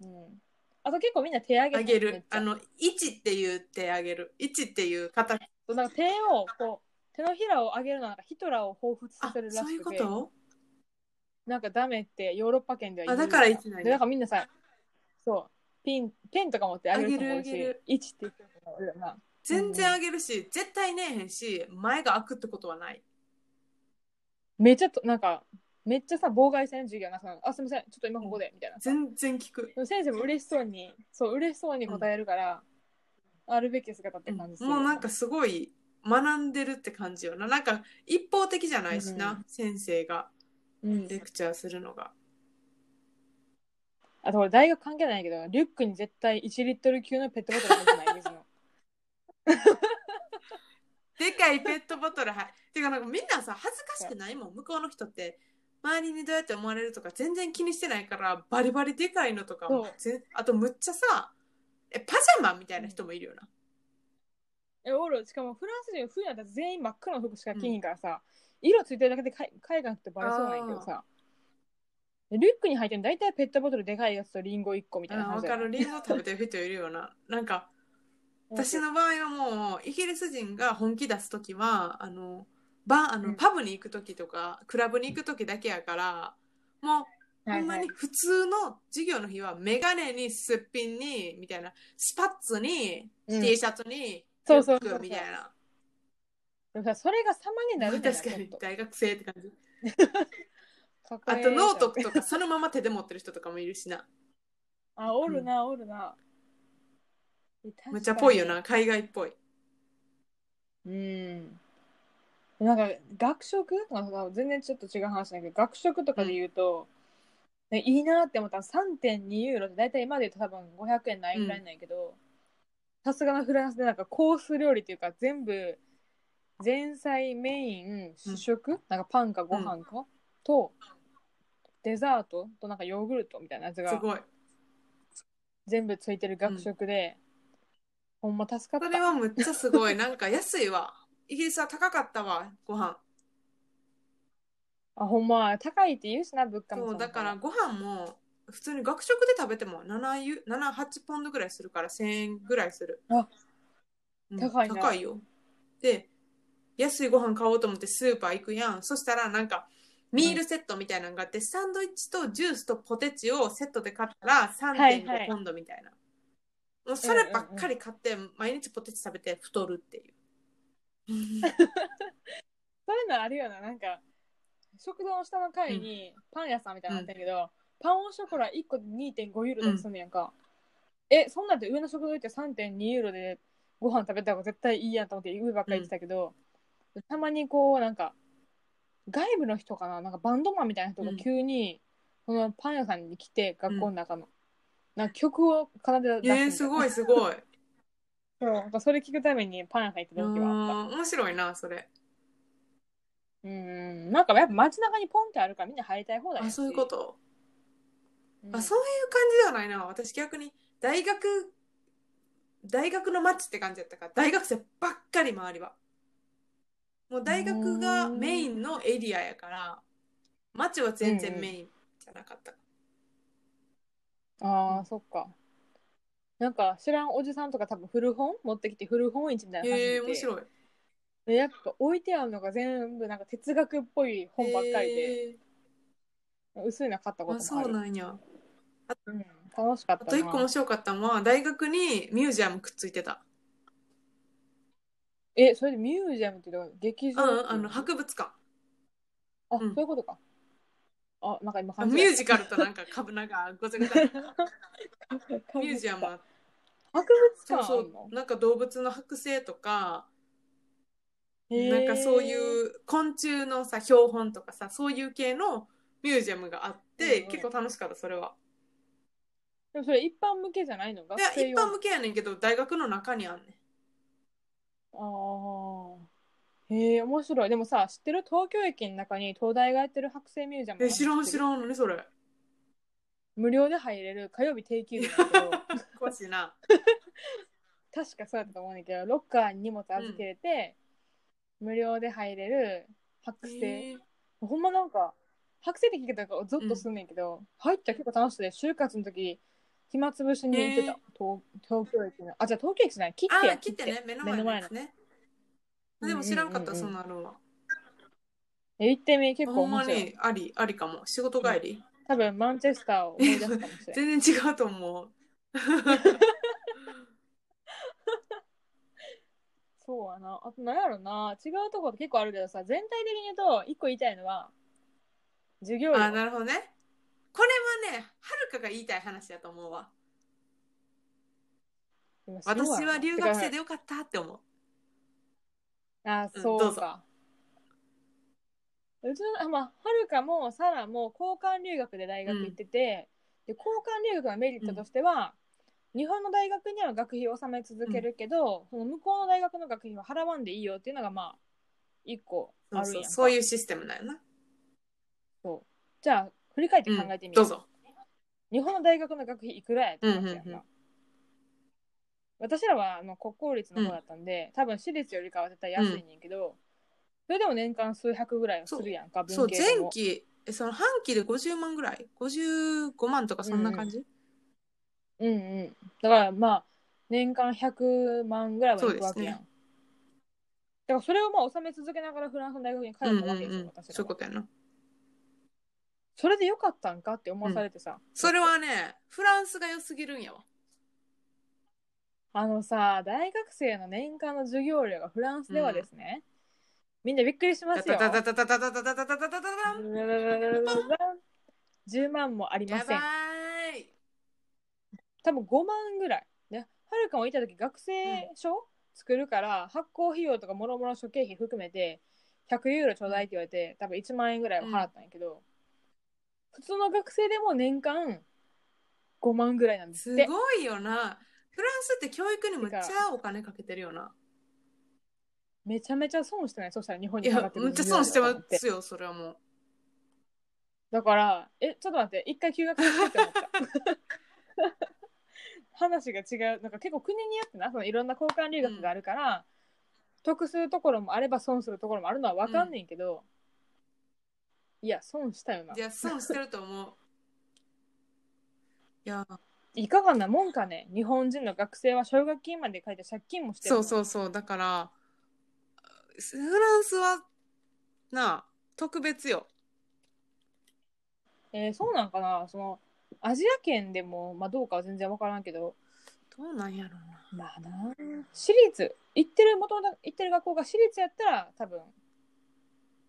[SPEAKER 1] うんあと結構みんな手上げ
[SPEAKER 2] あ
[SPEAKER 1] て
[SPEAKER 2] げ
[SPEAKER 1] めっ
[SPEAKER 2] る
[SPEAKER 1] ちゃ
[SPEAKER 2] あの1っていう手あげる1っていう形
[SPEAKER 1] そうなんか手をこう手のひらを上げるのはなんかヒトラーを彷彿さ
[SPEAKER 2] あ
[SPEAKER 1] せるら
[SPEAKER 2] そうい
[SPEAKER 1] し
[SPEAKER 2] う
[SPEAKER 1] く
[SPEAKER 2] こ
[SPEAKER 1] て
[SPEAKER 2] と
[SPEAKER 1] なんかダメってヨーロッパ圏では言う
[SPEAKER 2] あだから1なんや
[SPEAKER 1] でなんかみんなさそうピンペンとか持って上げる人も多い
[SPEAKER 2] 上げる上げ
[SPEAKER 1] し位置って言ってる人もいるよな
[SPEAKER 2] 全然あげるし絶対ねえへんし前が開くってことはない
[SPEAKER 1] めっちゃとなんかめっちゃさ妨害される授業なさあすみませんちょっと今ここでみたいなさ
[SPEAKER 2] 全然聞く
[SPEAKER 1] でも先生も嬉しそうにそう嬉しそうに答えるから、あるべき姿って感じする
[SPEAKER 2] もうなんかすごい学んでるって感じよななんか一方的じゃないしな、
[SPEAKER 1] うん
[SPEAKER 2] 先生が
[SPEAKER 1] うん
[SPEAKER 2] レクチャーするのが
[SPEAKER 1] あと俺大学関係ないけどリュックに絶対1リットル級のペットボトル入ってない水の
[SPEAKER 2] でかいペットボトルはいてかなんかみんなさ恥ずかしくないもん向こうの人って周りにどうやって思われるとか全然気にしてないからバリバリでかいのとかも
[SPEAKER 1] そう
[SPEAKER 2] ぜあとむっちゃさえパジャマみたいな人もいるよな、
[SPEAKER 1] えおるしかもフランス人冬なんて全員真っ黒の服しか着ひんからさ、色ついてるだけでかい海外の人バレそうなんやけどさでリュックに入ってるの大体ペットボトルでかいやつとリンゴ1個みたいな感
[SPEAKER 2] あ分
[SPEAKER 1] じや
[SPEAKER 2] か
[SPEAKER 1] な
[SPEAKER 2] るリンゴ食べてる人いるよななんか私の場合はもうイギリス人が本気出す時はあのバーあ
[SPEAKER 1] う
[SPEAKER 2] の
[SPEAKER 1] ん
[SPEAKER 2] パブに行く時とかクラブに行く時だけやからもう
[SPEAKER 1] は
[SPEAKER 2] ほ
[SPEAKER 1] い
[SPEAKER 2] ん
[SPEAKER 1] は
[SPEAKER 2] ま
[SPEAKER 1] い
[SPEAKER 2] に普通の授業の日はメガネにすっぴんにみたいなスパッツに、
[SPEAKER 1] うん
[SPEAKER 2] T シャツに
[SPEAKER 1] そ
[SPEAKER 2] リ
[SPEAKER 1] う
[SPEAKER 2] ュ
[SPEAKER 1] そう
[SPEAKER 2] ッ
[SPEAKER 1] そうそう
[SPEAKER 2] クみたいな
[SPEAKER 1] でもさそれが様になるじゃない
[SPEAKER 2] 確かに
[SPEAKER 1] ちょっと
[SPEAKER 2] 大学生って感じ
[SPEAKER 1] かっこ
[SPEAKER 2] あ
[SPEAKER 1] ええ
[SPEAKER 2] とノートとかそのまま手で持ってる人とかもいるしな
[SPEAKER 1] あおるなおるな、
[SPEAKER 2] めっちゃぽいよな海外っぽい
[SPEAKER 1] うんなんか学食とかさ全然ちょっと違う話だけど学食とかで言うと、ねいいなって思ったら3.2ユーロって大体今で言うと多分500円ないぐらいなんやけどさすがのフランスでなんかコース料理っていうか全部前菜メイン主食、なんかパンかご飯か、とデザートとなんかヨーグルトみたいなやつ
[SPEAKER 2] す
[SPEAKER 1] が
[SPEAKER 2] ごい
[SPEAKER 1] 全部ついてる学食で、ほんま助か
[SPEAKER 2] そ
[SPEAKER 1] っ
[SPEAKER 2] れ
[SPEAKER 1] た
[SPEAKER 2] はむっちゃすごいなんか安いわイギリスは高かったわご飯
[SPEAKER 1] あほんま高いって言うしな物価も
[SPEAKER 2] そう
[SPEAKER 1] もも
[SPEAKER 2] だからご飯も普通に学食で食べても7ユ78ポンドぐらいするから1000円ぐらいする
[SPEAKER 1] あ
[SPEAKER 2] うん
[SPEAKER 1] 高いね
[SPEAKER 2] 高いよで安いご飯買おうと思ってスーパー行くやんそしたらなんかミールセットみたいなのがあって、サンドイッチとジュースとポテチをセットで買ったら
[SPEAKER 1] はいはい
[SPEAKER 2] 3.5ポンドみたいな、もうそればっかり買って、毎日ポテチ食べて太るっ ていう、
[SPEAKER 1] そういうのあるよな、なんか、食堂の下の階にパン屋さんみたいなのあったけど、パンオンショコラ1個で2.5ユーロとかすんねやんか。え、そんなんて上の食堂行って3.2ユーロでご飯食べた方が絶対いいやんと思って上ばっかり行ってたけど、たまにこう、なんか、外部の人かな、なんかバンドマンみたいな人が急に、このパン屋さんに来て、学校の中の。なんか曲を奏で出すみた
[SPEAKER 2] えー、すごい すごい
[SPEAKER 1] そうやっぱそれ聞くためにパン屋さん行った時はあった。
[SPEAKER 2] うん面白いなそれ
[SPEAKER 1] うん、なんかやっぱ街中にポンってあるからみんな入りたい方だ
[SPEAKER 2] あそういうことあそう
[SPEAKER 1] う
[SPEAKER 2] いう感じではないな私逆に大学大学のマッチって感じやったから大学生ばっかり周りはもう大学がメインのエリアやからマッチは全然メインじゃなかった、
[SPEAKER 1] ああ、そっか。なんか知らんおじさんとか多分古本持ってきて古本市みたいな感じ
[SPEAKER 2] へ
[SPEAKER 1] で
[SPEAKER 2] え面白い
[SPEAKER 1] でやっぱ置いてあるのが全部なんか哲学っぽい本ばっかりで、
[SPEAKER 2] へ
[SPEAKER 1] 薄いの買った
[SPEAKER 2] ー
[SPEAKER 1] こ
[SPEAKER 2] あ
[SPEAKER 1] ともあ
[SPEAKER 2] そう
[SPEAKER 1] る。
[SPEAKER 2] なんや
[SPEAKER 1] うん、楽しかっ
[SPEAKER 2] あ
[SPEAKER 1] た
[SPEAKER 2] と一個
[SPEAKER 1] な
[SPEAKER 2] 面。白かったのは大学にミュージアムくっついてた
[SPEAKER 1] え、それでミュージアムっていうのは劇
[SPEAKER 2] う
[SPEAKER 1] 場
[SPEAKER 2] んあの博物館
[SPEAKER 1] あ、
[SPEAKER 2] うん
[SPEAKER 1] そういうことか。あ、なんか今
[SPEAKER 2] あ
[SPEAKER 1] 感じ
[SPEAKER 2] ミュージカルとなんか株なんかごちゃごち ゃミュージアムあっ
[SPEAKER 1] 博物
[SPEAKER 2] そう
[SPEAKER 1] 館あ
[SPEAKER 2] そ
[SPEAKER 1] んの
[SPEAKER 2] うなんか動物の剥製とか
[SPEAKER 1] へー
[SPEAKER 2] なんかそういう昆虫のさ標本とかさそういう系のミュージアムがあって、
[SPEAKER 1] うんうん
[SPEAKER 2] 結構楽しかったそれは。
[SPEAKER 1] でもそれ一般向けじゃないの学
[SPEAKER 2] いや
[SPEAKER 1] 生
[SPEAKER 2] 一
[SPEAKER 1] 用の
[SPEAKER 2] 般向けやねんけど大学の中にあんねん。
[SPEAKER 1] ああ。へえ、面白い。でもさ、知ってる東京駅の中に東大がやってる剥製ミュージアムがあ
[SPEAKER 2] え
[SPEAKER 1] るの
[SPEAKER 2] 知らん
[SPEAKER 1] 知って
[SPEAKER 2] 知
[SPEAKER 1] る
[SPEAKER 2] らんのにそれ。
[SPEAKER 1] 無料で入れる火曜日定休日だけ ど、
[SPEAKER 2] 詳しいな。
[SPEAKER 1] 確かそうやったと思うんだけど、ロッカーに荷物預けれて、無料で入れる
[SPEAKER 2] へ
[SPEAKER 1] 剥製。
[SPEAKER 2] ー
[SPEAKER 1] ほんまなんか、剥製って聞けたからゾッとすんねんけど、入ったら結構楽しくて、就活の時、暇つぶしに行ってた。
[SPEAKER 2] へ
[SPEAKER 1] 東東京駅の。あ、じゃあ東京駅じゃない。切って
[SPEAKER 2] あ
[SPEAKER 1] や。
[SPEAKER 2] あ切ってね目の前
[SPEAKER 1] 目の
[SPEAKER 2] の
[SPEAKER 1] 前
[SPEAKER 2] や
[SPEAKER 1] の
[SPEAKER 2] つね。
[SPEAKER 1] うん
[SPEAKER 2] でも知らんかった、
[SPEAKER 1] うんうん
[SPEAKER 2] そ
[SPEAKER 1] うん
[SPEAKER 2] んなのは。
[SPEAKER 1] え行ってみ、結構
[SPEAKER 2] ほ
[SPEAKER 1] 面
[SPEAKER 2] んま
[SPEAKER 1] 白い。
[SPEAKER 2] にありありかも仕事帰り、
[SPEAKER 1] 多分、マンチェスターを思い出すかもしれない。
[SPEAKER 2] 全然違うと思う。
[SPEAKER 1] そうやな。あと、なんやろな。違うところ結構あるけどさ、全体的に言うと、一個言いたいのは、授業料。
[SPEAKER 2] あなるほどね。これはねはるかが言いたい話だと思うわ。
[SPEAKER 1] 今そうやな
[SPEAKER 2] 私は留学生
[SPEAKER 1] て
[SPEAKER 2] でよかったって思う。
[SPEAKER 1] かあ、
[SPEAKER 2] うん
[SPEAKER 1] そ
[SPEAKER 2] ど
[SPEAKER 1] う
[SPEAKER 2] うぞ
[SPEAKER 1] か。うちの、あまあ、はるかも、さらも、交換留学で大学行ってて、で、交換留学のメリットとしては、日本の大学には学費を納め続けるけど、その向こうの大学の学費は払わんでいいよっていうのが、まあ、一個あるんやん
[SPEAKER 2] そう
[SPEAKER 1] か
[SPEAKER 2] そうそういうシステムだよな。
[SPEAKER 1] そうじゃあ振り返って考えてみよ
[SPEAKER 2] ど
[SPEAKER 1] う。
[SPEAKER 2] うぞ。
[SPEAKER 1] 日本の大学の学費いくらやって話やんか、
[SPEAKER 2] うんうんうん
[SPEAKER 1] 私らはあの国公立の方だったんで、多分私立よりかは絶対安いねんけど、それでも年間数百ぐらいはするやんか
[SPEAKER 2] そう
[SPEAKER 1] 文系
[SPEAKER 2] 前
[SPEAKER 1] でも
[SPEAKER 2] 期えその半期で50万ぐらい55万とかそんな感じ、
[SPEAKER 1] うんうんだからまあ年間100万ぐらいはいくわけやん、
[SPEAKER 2] そ
[SPEAKER 1] だ
[SPEAKER 2] う
[SPEAKER 1] からそれをまあ納め続けながらフランスの大学に通
[SPEAKER 2] うん
[SPEAKER 1] っ
[SPEAKER 2] う
[SPEAKER 1] た
[SPEAKER 2] んう
[SPEAKER 1] わけですよ、
[SPEAKER 2] ん
[SPEAKER 1] 私
[SPEAKER 2] そう
[SPEAKER 1] らは
[SPEAKER 2] いうことやな
[SPEAKER 1] それでよかったんかって思わされてさ、
[SPEAKER 2] それはねフランスが良すぎるんやわ
[SPEAKER 1] あのさ大学生の年間の授業料がフランスではですね、みんなびっくりしますよ
[SPEAKER 2] ダダダダダダダダダダダダダダン
[SPEAKER 1] 10万もありま
[SPEAKER 2] や
[SPEAKER 1] せ
[SPEAKER 2] ば
[SPEAKER 1] ん
[SPEAKER 2] ーい
[SPEAKER 1] 多分5万ぐらいねはるかもいた時学生証作るから発行費用とかもろもろ諸経費含めて100ユーロちょうだいって言われて多分1万円ぐらいは払ったんやけど、普通の学生でも年間5万ぐらいなんです
[SPEAKER 2] す
[SPEAKER 1] って
[SPEAKER 2] ごいよなフランスって教育にむっちゃお金かけてるよな
[SPEAKER 1] めちゃめちゃ損してないそしたら日本
[SPEAKER 2] い
[SPEAKER 1] に払
[SPEAKER 2] や
[SPEAKER 1] ってる
[SPEAKER 2] むっちゃ損してま
[SPEAKER 1] 授業料だと思って
[SPEAKER 2] すよそれはもう。
[SPEAKER 1] だから、え、ちょっと待って、一回休学してって思った。 話が違う、なんか結構国によってな、そのいろんな交換留学があるから、得するところもあれば損するところもあるのは分かんねんけど、いや、損したよない
[SPEAKER 2] や損してると思ういや
[SPEAKER 1] いかがなもんかね、日本人の学生は奨学金まで書いて借金もしてる
[SPEAKER 2] そ
[SPEAKER 1] の。
[SPEAKER 2] うそうそうだからフランスはなあ特別よ
[SPEAKER 1] えーそうなんかな、その、アジア圏でも、まあどうかは全然分からんけど、
[SPEAKER 2] どうなんやろうな
[SPEAKER 1] まあな、私立、行ってる、元々行ってる学校が私立やったら、多分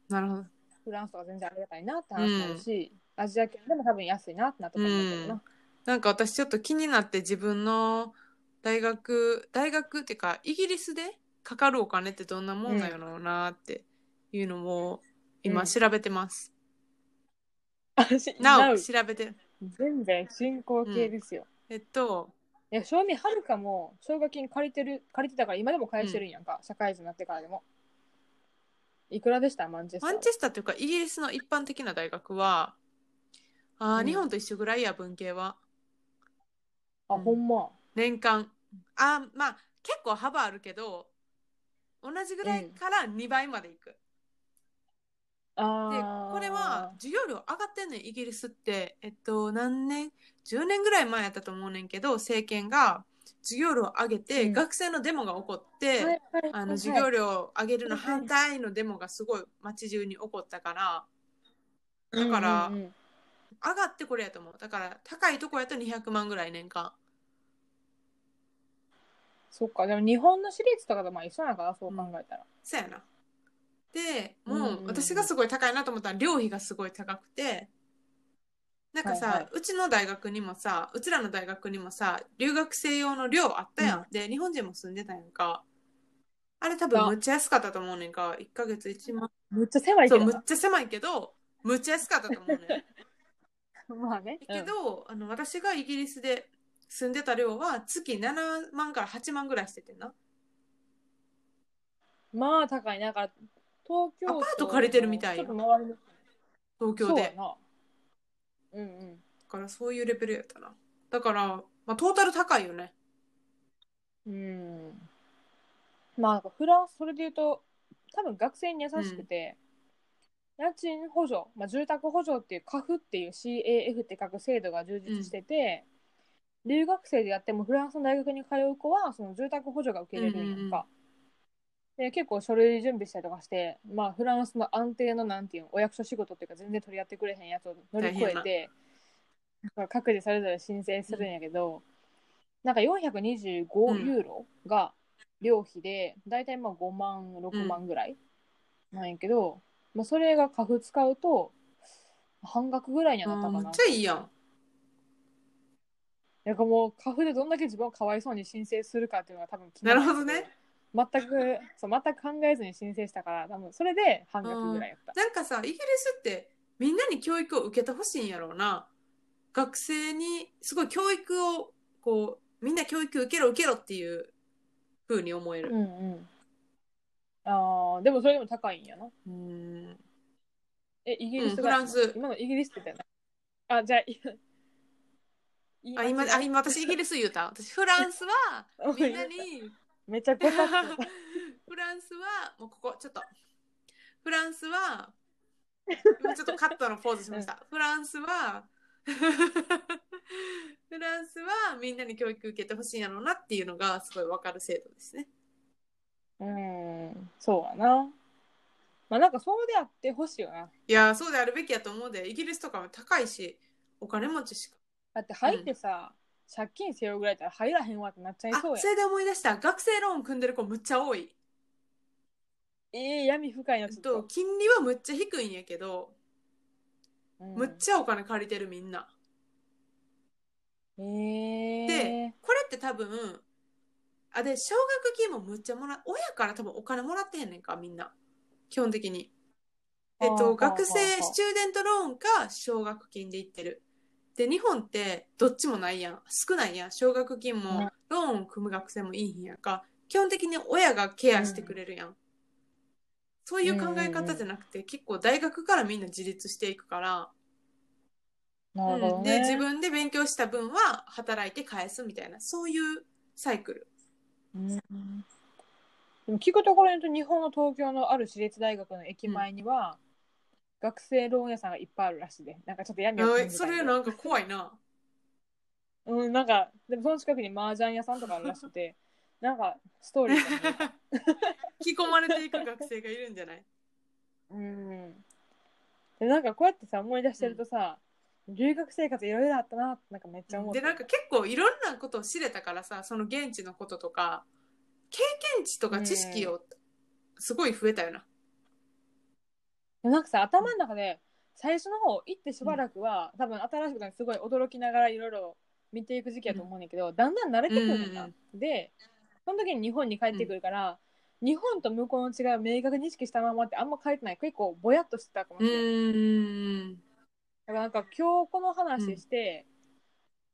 [SPEAKER 2] なるほど。
[SPEAKER 1] フランスとか全然ありがたいなって話になるし、アジア圏でも多分安いなってなったと思うんだけどな。
[SPEAKER 2] なんか私ちょっと気になって自分の大学、大学っていうかイギリスでかかるお金ってどんなもんなんやろうなっていうのも
[SPEAKER 1] うん
[SPEAKER 2] 今調べてます。
[SPEAKER 1] 私、
[SPEAKER 2] な
[SPEAKER 1] な
[SPEAKER 2] お
[SPEAKER 1] お、
[SPEAKER 2] 調べて。
[SPEAKER 1] 全然進行形ですよ。
[SPEAKER 2] えっと、
[SPEAKER 1] いや、正味はるかも奨学金借りてる、借りてたから今でも返してるんやんか、社会人になってからでも。いくらでしたマンチェスタ
[SPEAKER 2] マ
[SPEAKER 1] ー。
[SPEAKER 2] ンチェスターというかイギリスの一般的な大学は、あー
[SPEAKER 1] うん
[SPEAKER 2] 日本と一緒ぐらいや、文系は。
[SPEAKER 1] あ、ほんま。
[SPEAKER 2] 年間。あーまあ結構幅あるけど、同じぐらいから2倍までいく。で
[SPEAKER 1] あー
[SPEAKER 2] これは、授業料上がってんねんイギリスってえっと何年10年ぐらい前やったと思うねんけど政権が授業料を上げて、
[SPEAKER 1] うん
[SPEAKER 2] 学生のデモが起こって、
[SPEAKER 1] はいはいはい
[SPEAKER 2] あの授業料を上げるの反対のデモがすごい街中に起こったからだから
[SPEAKER 1] うんうんうん
[SPEAKER 2] 上がってこれやと思うだから高いとこやと200万ぐらい年間
[SPEAKER 1] そっか、でも日本の私立とかとまあ一緒なんかな、そう考えたら。
[SPEAKER 2] そやなで
[SPEAKER 1] うん
[SPEAKER 2] も
[SPEAKER 1] うんう
[SPEAKER 2] うん私がすごい高いなと思ったら寮費がすごい高くてなんかさ、
[SPEAKER 1] はいはいう
[SPEAKER 2] ちの大学にもさうちらの大学にもさ留学生用の寮あったやん、
[SPEAKER 1] うん
[SPEAKER 2] で日本人も住んでたやんかあれ多分
[SPEAKER 1] あ
[SPEAKER 2] むっちゃ安かったと思うねんか1ヶ月1万
[SPEAKER 1] むっちゃ狭いけ
[SPEAKER 2] そう
[SPEAKER 1] ど
[SPEAKER 2] むっ
[SPEAKER 1] な。
[SPEAKER 2] ちゃ狭いけどむっちゃ安かったと思 うねん
[SPEAKER 1] まあね。
[SPEAKER 2] けど、あの私がイギリスで住んでた寮は月7万から8万ぐらいしててんな
[SPEAKER 1] うんまあ高い。なんか、東京
[SPEAKER 2] アパート借りてるみたい
[SPEAKER 1] ちょ
[SPEAKER 2] よ
[SPEAKER 1] っと周りの
[SPEAKER 2] 東京
[SPEAKER 1] そう
[SPEAKER 2] で
[SPEAKER 1] やな。うんうん。
[SPEAKER 2] だからそういうレベルやったなだから、まあ、トータル高いよね
[SPEAKER 1] うん。まあ、なんかフランス、それで言うと、多分学生に優しくて、家賃補助、まあ、住宅補助っていう、カフっていう CAF って書く制度が充実してて、留学生でやってもフランスの大学に通う子は、その住宅補助が受けれるんやんか。で結構書類準備したりとかして、まあ、フランスの安定のなんていうのお役所仕事っていうか全然取り合ってくれへんやつを乗り越え
[SPEAKER 2] 大
[SPEAKER 1] てだから各自それぞれ申請するんやけど、なんか425ユーロが寮費で、だいたいまあ5万、6万ぐらいなんやけど、まあ、それが家父使うと、半額ぐらいに
[SPEAKER 2] あ
[SPEAKER 1] はなった
[SPEAKER 2] ー
[SPEAKER 1] か
[SPEAKER 2] めっ
[SPEAKER 1] な
[SPEAKER 2] ち。ゃいいやん
[SPEAKER 1] なんかもう、家父でどんだけ自分をかわいそうに申請するかっていうのが多分気に
[SPEAKER 2] な
[SPEAKER 1] る
[SPEAKER 2] るほどね。
[SPEAKER 1] 全く、そう、全く考えずに申請したから、多分それで半額ぐらいやった。
[SPEAKER 2] なんかさイギリスってみんなに教育を受けてほしいんやろうな学生にすごい教育をこうみんな教育受けろ受けろっていう風に思え
[SPEAKER 1] う
[SPEAKER 2] る
[SPEAKER 1] んうん。ああ、でもそれでも高いんやな。
[SPEAKER 2] うん
[SPEAKER 1] え、イギリ
[SPEAKER 2] うん
[SPEAKER 1] ス
[SPEAKER 2] フ
[SPEAKER 1] が、
[SPEAKER 2] ランス
[SPEAKER 1] 今のイギリスって言ったよな。あ、じゃあ、い
[SPEAKER 2] あ、今、あ、今、私、イギリス言うた。私、フランスは、
[SPEAKER 1] おい
[SPEAKER 2] みんなに、
[SPEAKER 1] めっちゃごた つ。
[SPEAKER 2] フランスは、もうここ、ちょっと。フランスは、今ちょっとカットのポーズしました。フランスは、 フランスはみんなに教育受けてほしいんやろうなっていうのがすごいわかる制度ですね。
[SPEAKER 1] うん、そうやな。まあなんかそうであってほしいよな。
[SPEAKER 2] いやー、そうであるべきやと思うで、イギリスとかは高いし、お金持ちしか。
[SPEAKER 1] だって入ってさ、借金せよぐらいだったら入らへんわってなっちゃい
[SPEAKER 2] あ、
[SPEAKER 1] そうや
[SPEAKER 2] それで思い出した。学生ローン組んでる子むっちゃ多い。
[SPEAKER 1] ん。ええ闇深いな、
[SPEAKER 2] え
[SPEAKER 1] ちょ
[SPEAKER 2] っ
[SPEAKER 1] っと
[SPEAKER 2] と、。金利はむっちゃ低いんやけど、
[SPEAKER 1] うん
[SPEAKER 2] むっちゃお金借りてるみんな。
[SPEAKER 1] え
[SPEAKER 2] で
[SPEAKER 1] え
[SPEAKER 2] これって多分あで奨学金もむっちゃもら親から多分お金もらってへんねんかみんな基本的にえっ
[SPEAKER 1] はあは
[SPEAKER 2] と
[SPEAKER 1] あはあ
[SPEAKER 2] 学生スチューデントローンか奨学金で行ってるで日本ってどっちもないやん少ないやん奨学金
[SPEAKER 1] うん
[SPEAKER 2] もローンを組む学生もいいひんやんか基本的に親がケアしてくれるやん、そういう考え方じゃなくて、結構大学からみんな自立していくから、
[SPEAKER 1] なるほ
[SPEAKER 2] う
[SPEAKER 1] ど
[SPEAKER 2] ん、
[SPEAKER 1] ね。
[SPEAKER 2] で自分で勉強した分は働いて返すみたいなそういうサイクル
[SPEAKER 1] うんでも聞くところによると日本の東京のある私立大学の駅前には、学生ローン屋さんがいっぱいあるらしいでなんかちょっと闇を感じた
[SPEAKER 2] あ
[SPEAKER 1] んで
[SPEAKER 2] それなんか怖 いな
[SPEAKER 1] うんなんかでもその近くに麻雀屋さんとかあるらしくてなんかストーリーが ね
[SPEAKER 2] 引き込まれていく学生がいるんじゃない
[SPEAKER 1] うんでなんかこうやってさ思い出してるとさ、留学生活いろいろあったなってなんかめっちゃ思って
[SPEAKER 2] でなんか結構いろんなことを知れたからさその現地のこととか経験値とか知識をすごい増えたよな、
[SPEAKER 1] でもなんかさ頭の中で最初の方行ってしばらくは、多分新しくてすごい驚きながらいろいろ見ていく時期やと思うねんだけど、だんだん慣れてくるのかな、
[SPEAKER 2] うん
[SPEAKER 1] でその時に日本に帰ってくるから、日本と向こうの違いを明確に意識したままってあんま帰ってない結構ぼやっとしてたかも
[SPEAKER 2] う
[SPEAKER 1] しれない、
[SPEAKER 2] ーん
[SPEAKER 1] だからなんか今日この話して、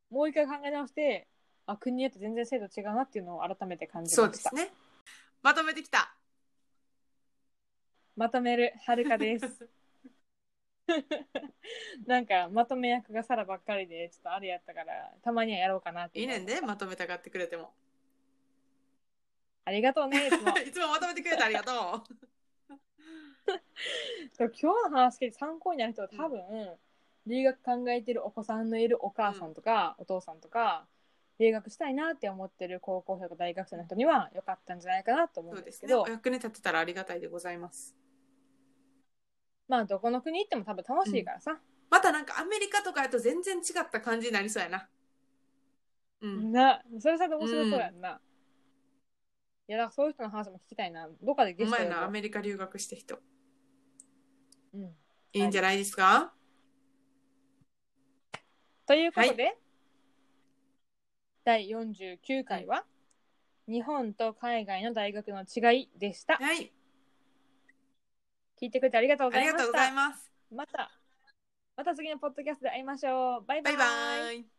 [SPEAKER 1] もう一回考え直してあ国によって全然制度違うなっていうのを改めて感じ
[SPEAKER 2] そう
[SPEAKER 1] ま
[SPEAKER 2] で
[SPEAKER 1] した、
[SPEAKER 2] すねまとめてきた
[SPEAKER 1] まとめるはるかです なんかまとめ役がサラばっかりでちょっとあれやったからたまにはやろうかなって
[SPEAKER 2] いい
[SPEAKER 1] 思
[SPEAKER 2] ねんでまとめたがってくれても
[SPEAKER 1] ありがとうねい つも
[SPEAKER 2] いつもまとめてくれてありがとう
[SPEAKER 1] でも今日の話聞いて参考になる人は多分、留学考えてるお子さんのいるお母さんとか、お父さんとか留学したいなって思ってる高校生とか大学生の人には良かったんじゃないかなと思う
[SPEAKER 2] そうん
[SPEAKER 1] で
[SPEAKER 2] ですす
[SPEAKER 1] け
[SPEAKER 2] ね
[SPEAKER 1] ど
[SPEAKER 2] お役に立てたらありがたいでございます
[SPEAKER 1] まあどこの国行っても多分楽しいからさ、
[SPEAKER 2] またなんかアメリカとかやと全然違った感じになりそうやな。うん。
[SPEAKER 1] なそれさ面白そうやんな、いやだからそういう人の話も聞きたいなどっかで
[SPEAKER 2] お
[SPEAKER 1] ゲスト
[SPEAKER 2] 前
[SPEAKER 1] 呼ぼう
[SPEAKER 2] のアメリカ留学した人、
[SPEAKER 1] うん、
[SPEAKER 2] いいんじゃないですか、
[SPEAKER 1] ということで、第49回は、日本と海外の大学の違いでした。
[SPEAKER 2] はい。
[SPEAKER 1] 聞いてくれてありがとうご
[SPEAKER 2] あ
[SPEAKER 1] ざい
[SPEAKER 2] り
[SPEAKER 1] ま
[SPEAKER 2] がと
[SPEAKER 1] し
[SPEAKER 2] うござ
[SPEAKER 1] た。
[SPEAKER 2] います。
[SPEAKER 1] また、また次のポッドキャストで会いましょう。バイバ
[SPEAKER 2] バ
[SPEAKER 1] イ。
[SPEAKER 2] イバイ。